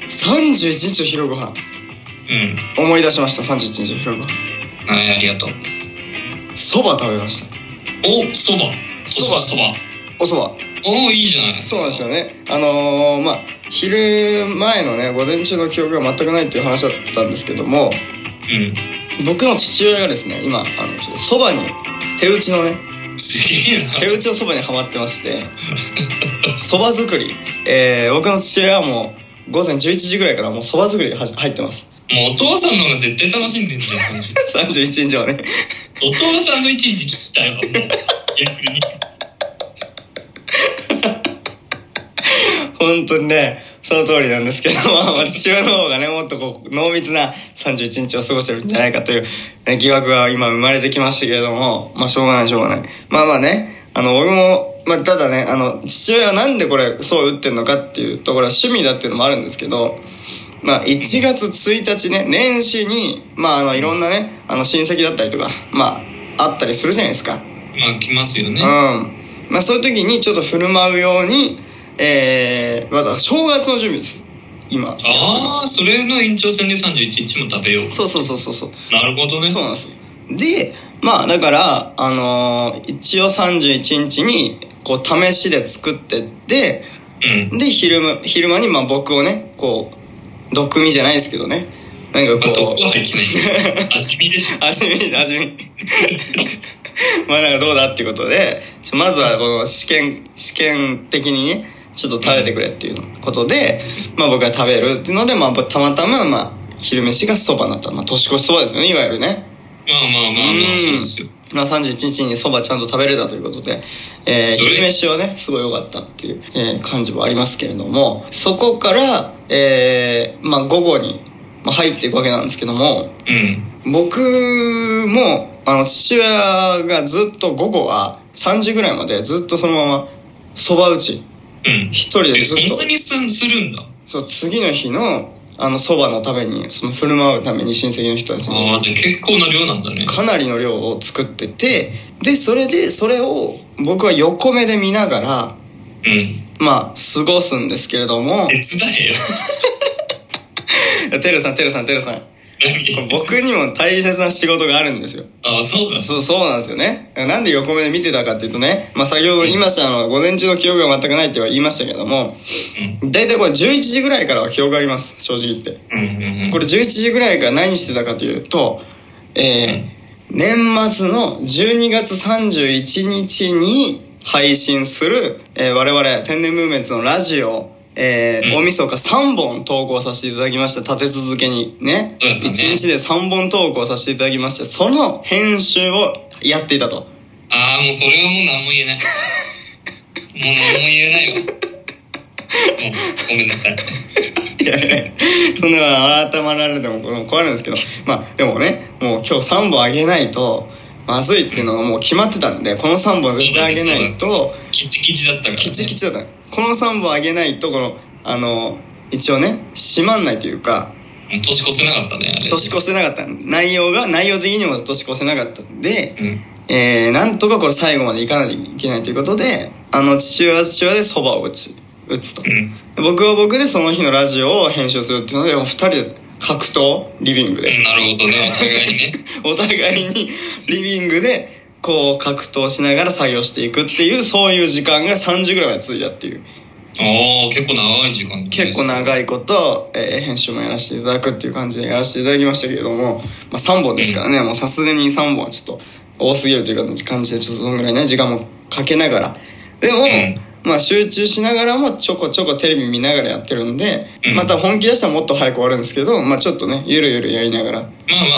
31日の昼ごはんうん。思い出しました31日の昼ごはんはい、ありがとう。そば食べましたお、そば。そばそば。おそばおーいいじゃない。そうなんですよねあのーまあ昼前のね午前中の記憶が全くないっていう話だったんですけどもう僕の父親がですね今あのちょっとそばに手打ちのねん。すげえな。手打ちのそばにはまってましてそば作り、えー僕の父親はもう午前11時ぐらいからもうそば作りが入ってますもうお父さんの方が絶対楽しんでんじゃん。 31日はねお父さんの一日聞きたいわ、もう。逆に。本当にねその通りなんですけど、 まあまあ、父親の方がねもっとこう濃密な31日を過ごしてるんじゃないかという、ね、疑惑が今生まれてきましたけれどもまあしょうがないしょうがないまあまあねあの僕も、まあ、ただねあの父親はなんでこれそう打ってるのかっていうところは趣味だっていうのもあるんですけどまあ、1月1日ね年始に、まあ、あのいろんなねあの親戚だったりとか、まあ、あったりするじゃないですか。まあ、来ますよね。うん。まあそういう時にちょっと振る舞うように、えー、まだ正月の準備です。今。ああ、それの延長戦で31日も食べよう。そうそうそうそうそう。なるほどね。そうなんですよ。で、まあだから、あのー一応31日に、こう試しで作ってって、うん。で、昼間、昼間にまあ僕をね、こう、毒味じゃないですけどね。なんかあとこはう、入ってない。味見でしょ。 味見、味見。まあなんかどうだっていうことで、ちょまずはこの試験、試験的にね、ちょっと食べてくれっていうことで、まあ僕が食べるっていうので、まあたまたま、まあ昼飯がそばだった。まあ年越しそばですよね、いわゆるね。まあまあまあまあ、そうですよ。まあ31日にそばちゃんと食べれたということで、えーそれ昼飯はね、すごい良かったっていう、えー感じもありますけれども、そこから、えーまあ午後に、まあ、入っていくわけなんですけども、うん。僕もあの父親がずっと午後は3時ぐらいまでずっとそのままそば打ちうん。一人でえ、ずそっんとなにすするんだ。そう次の日のあのそばのためにその振る舞うために親戚の人たちあにあ、じゃあ結構な量なんだね。かなりの量を作っててでそれでそれを僕は横目で見ながらうん。まあ過ごすんですけれども手伝えよ。てるさんてるさんてるさんこれ何僕にも大切な仕事があるんですよ ああ、そうだ。そう、そうなんですよね。なんで横目で見てたかっていうとね、まあ先ほど言いました、あの、午前中の記憶が全くないっては言いましたけども、うだいたいこれ11時ぐらいからは記憶があります、正直言って。ん。うんうんうん。これ11時ぐらいから何してたかというと、えー、年末の12月31日に配信する、えー我々天然ムーブメンツのラジオ、えーうん大晦日3本投稿させていただきました。立て続けにね。そうだったね1日で3本投稿させていただきまして、その編集をやっていたと。ああ、もうそれはもう何も 言えない。もう何も言えないわ。うんごめんなさい。いやいや そんな改まられても困るんですけど、まあでもね、もう今日3本あげないと、まずいっていうのがもう決まってたんで、この3本絶対あげないと、キチキチだったから、ね。キチキチだった。この3本あげないと、この、あの、一応ね、閉まんないというか、もう年越せなかったね。あれ年越せなかった。内容が、内容的にも年越せなかったんで、うん。えー、なんとかこれ最後までいかなきゃいけないということで、あの、父親は父親で蕎麦を打つ、打つとう。ん。僕は僕でその日のラジオを編集するっていうので、2人で格闘、リビングうで。んなるほどね。お互いに ね。お互いにリビングで、こう格闘しながら作業していくっていう、そういう時間が3時ぐらいまで続いたっていう。ああ、結構長い時間、ね。結構。長いこと、えー編集もやらせていただくっていう感じでやらせていただきましたけれども、まあ、3本ですからね、もうさすがに3本はちょっと多すぎるという感じでちょっとそのぐらいね時間もかけながらでも、うんまあ、集中しながらもちょこちょこテレビ見ながらやってるんで、うんまた本気出したらもっと早く終わるんですけど、まあ、ちょっとねゆるゆるやりながらま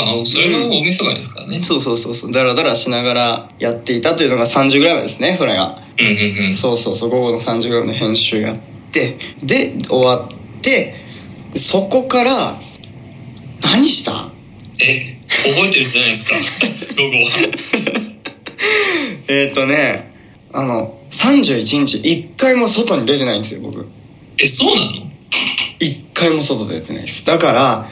あまあ、それは大晦日ですからね。そうそうそうそうダラダラしながらやっていたというのが3時ぐらいまでですねそれが。うんうんうん。そうそうそう午後の3時頃の編集やってで終わってそこから何した え、覚えてるじゃないですか。午後は。えっ、ー、とねあの31日1回も外に出てないんですよ僕え、そうなのうん。 1回も外出てないですだから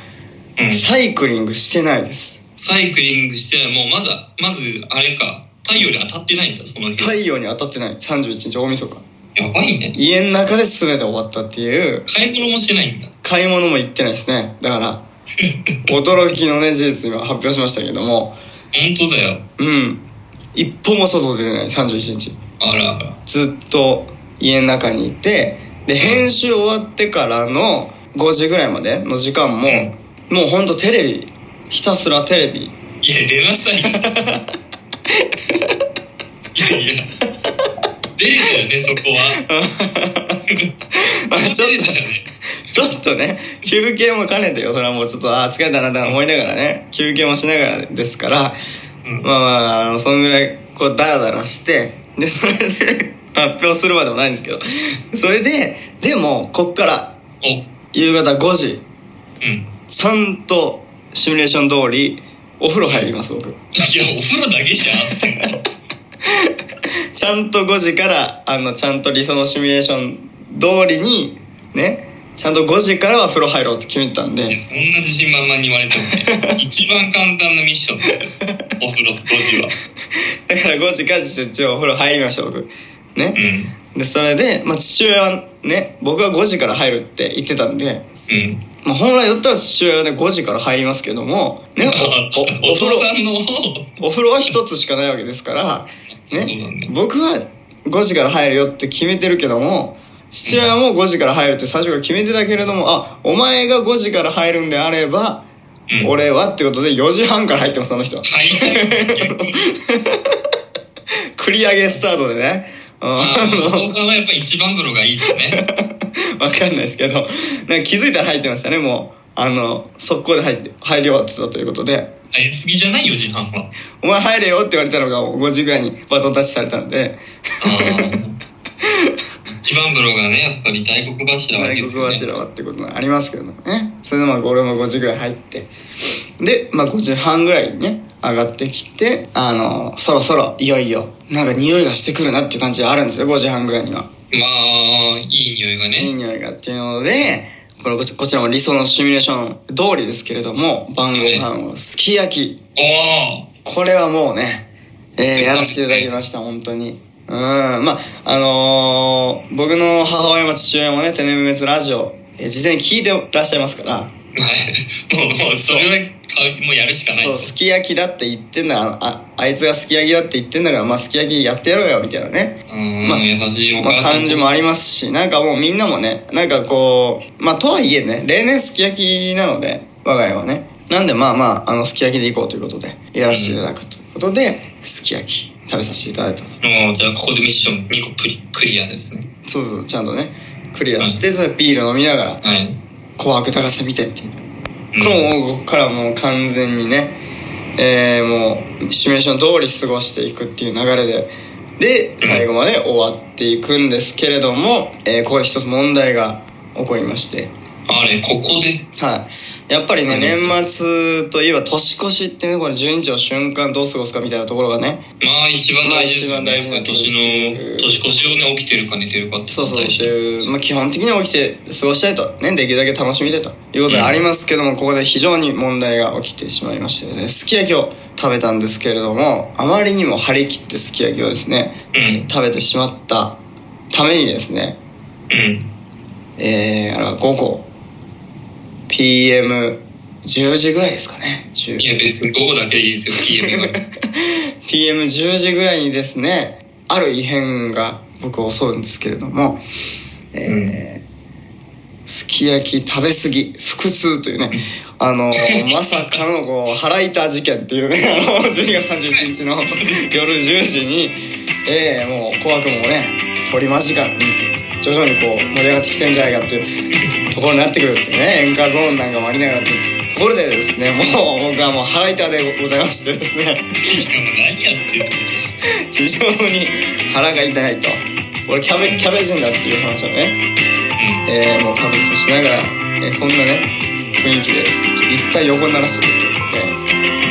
サイクリングしてないですサイクリングして、もうまずは、まず、あれか、太陽に当たってないんだ、その日。太陽に当たってない31日大晦日やばいね。家の中で全て終わったっていう買い物もしてないんだ。買い物も行ってないですね。だから、驚きのね、事実今発表しましたけども、本当だよ。うん。一歩も外出てない、31日。あらあら。ずっと家の中にいてで編集終わってからの5時ぐらいまでの時間も、もうほんとテレビひたすらテレビ いや、出なさいよ。いやいや。出るだよね、そこは。まあちょ出っるだとよね。ちょっとね休憩も兼ねてよそれはもうちょっとあー疲れたなとか思いながらね休憩もしながらですから、うんまあまああのそんぐらいこうダラダラしてでそれで発表するまでもないんですけどそれででもこっからお、夕方5時うん。いや、ちゃんとシミュレーション通りお風呂入ります僕お風呂だけじゃんってんの。ちゃんと5時からあのちゃんと理想のシミュレーション通りにねちゃんと5時からは風呂入ろうって決めてたんいでやそんな自信満々に言われてもね。一番簡単なミッションですよ。お風呂掃除は。だから5時から出張お風呂入りました僕うねん。でそれで、まあ、父親はね僕は5時から入るって言ってたんで、うん。まあ、本来だったら父親はね5時から入りますけども ねあおおおお風父呂さんの、お風呂は一つしかないわけですから、そうなんだね、僕は5時から入るよって決めてるけども父親も5時から入るって最初から決めてたけれどもあお前が5時から入るんであれば、うん、俺はってことで4時半から入ってますその人は入 りたい。繰り上げスタートでねうんあわお 父さんはやっぱ一番風呂がいいってね。かんないですけどなんか気づいたら入ってましたねもうあの速攻で入って入り終わってたということで早すぎじゃない ?4 時半は。 「お前入れよ」って言われたのが5時ぐらいにバトンタッチされたんであー一番風呂がね、やっぱり大黒柱は大です黒よね。柱はってことがありますけどねそれでまあ俺も5時ぐらい入ってで、まあ、5時半ぐらいにね上がってきてあのそろそろいよいよなんか匂いがしてくるなっていう感じがあるんですよ5時半ぐらいにはまあ、いい匂いがいいね。匂いがっていうのでこれこちこちらも理想のシミュレーション通りですけれども晩ご飯はすき焼きおー これはもうね、えーやらせていただきました本当にうんまああのー僕の母親も父親もね「天然無滅ラジオ」えー事前に聞いてらっしゃいますからはい。もう、もう、それは買う、もうやるしかないそう、。すき焼きだって言ってんだから、あ、あいつがすき焼きだって言ってんだから、まあ、すき焼きやってやろうよ、みたいなね。うん、まあ優しいおまあ、母さん。感じもありますし、なんかもうみんなもね、なんかこう、まあ、とはいえね、例年すき焼きなので、我が家はね。なんで、まあまあ、あの、すき焼きで行こうということで、やらせていただくということで、すき焼き食べさせていただいたと。もう、じゃあ、ここでミッション2個クリクリアですね。そうそう、ちゃんとね、クリアして、それビール飲みながら、はい。うん紅白高瀬見てっていう。これもここからもう完全にね、えーもうシミュレーション通り過ごしていくっていう流れでで最後まで終わっていくんですけれども、えーここで一つ問題が起こりましてあれ、ここで、はいやっぱりね年末といえば年越しってねこれ12日の瞬間どう過ごすかみたいなところがねまあ、一番大事ですよね。まあ一番大事なやっぱり年の、年越しをね、起きてるか寝てるかってそうそう大っ事ていう、まあ、基本的には起きて過ごしたいとねできるだけ楽しみたいということでありますけども、ここで非常に問題が起きてしまいましてねすき焼きを食べたんですけれどもあまりにも張り切ってすき焼きをですねうん。食べてしまったためにですねうん。えー、あれは午後 PM10 時ぐらいですかね10 いや、別に午後だけでいいですよ、PM が。 PM10 時ぐらいにですねある異変が僕を襲うんですけれども、えーすき焼き食べ過ぎ腹痛というねあのまさかのこう腹痛事件っていうねあの12月31日の夜10時に、えーもう「紅白」もね取り間近に徐々にこう盛り上がってきてんじゃないかっていうところになってくるっていうね演歌ゾーンなんかもありながらっていうところでですねもう僕はもう腹痛でございましてですね何やってる非常に腹が痛いと俺キャベキャベ人だっていう話をね、うえーもう家族としながら、えーそんなね雰囲気でちょ一旦横にならしてくれて